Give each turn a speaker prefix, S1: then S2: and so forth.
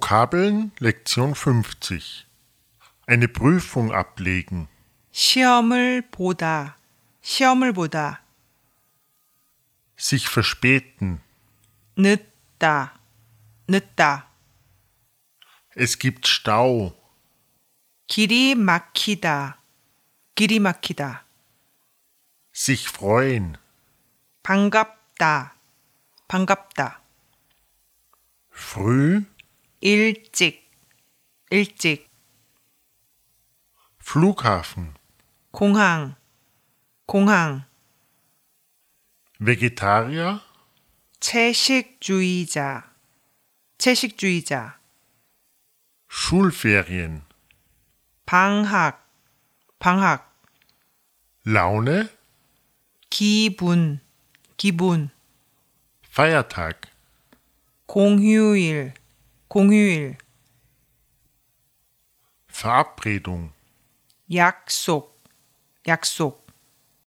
S1: Vokabeln Lektion 50 Eine Prüfung ablegen
S2: 시험을 보다, 시험을 보다,
S1: sich verspäten
S2: 늦다, 늦다,
S1: es gibt Stau
S2: 길이 막히다, 길이 막히다,
S1: sich freuen
S2: 반갑다, 반갑다,
S1: früh
S2: 일찍, 일찍,
S1: Flughafen
S2: 공항, 공항,
S1: Vegetarier
S2: 채식주의자, 채식주의자,
S1: Schulferien
S2: 방학, 방학,
S1: Laune
S2: 기분, 기분,
S1: Feiertag
S2: 공휴일, 공휴일,
S1: Verabredung
S2: 약속, 약속,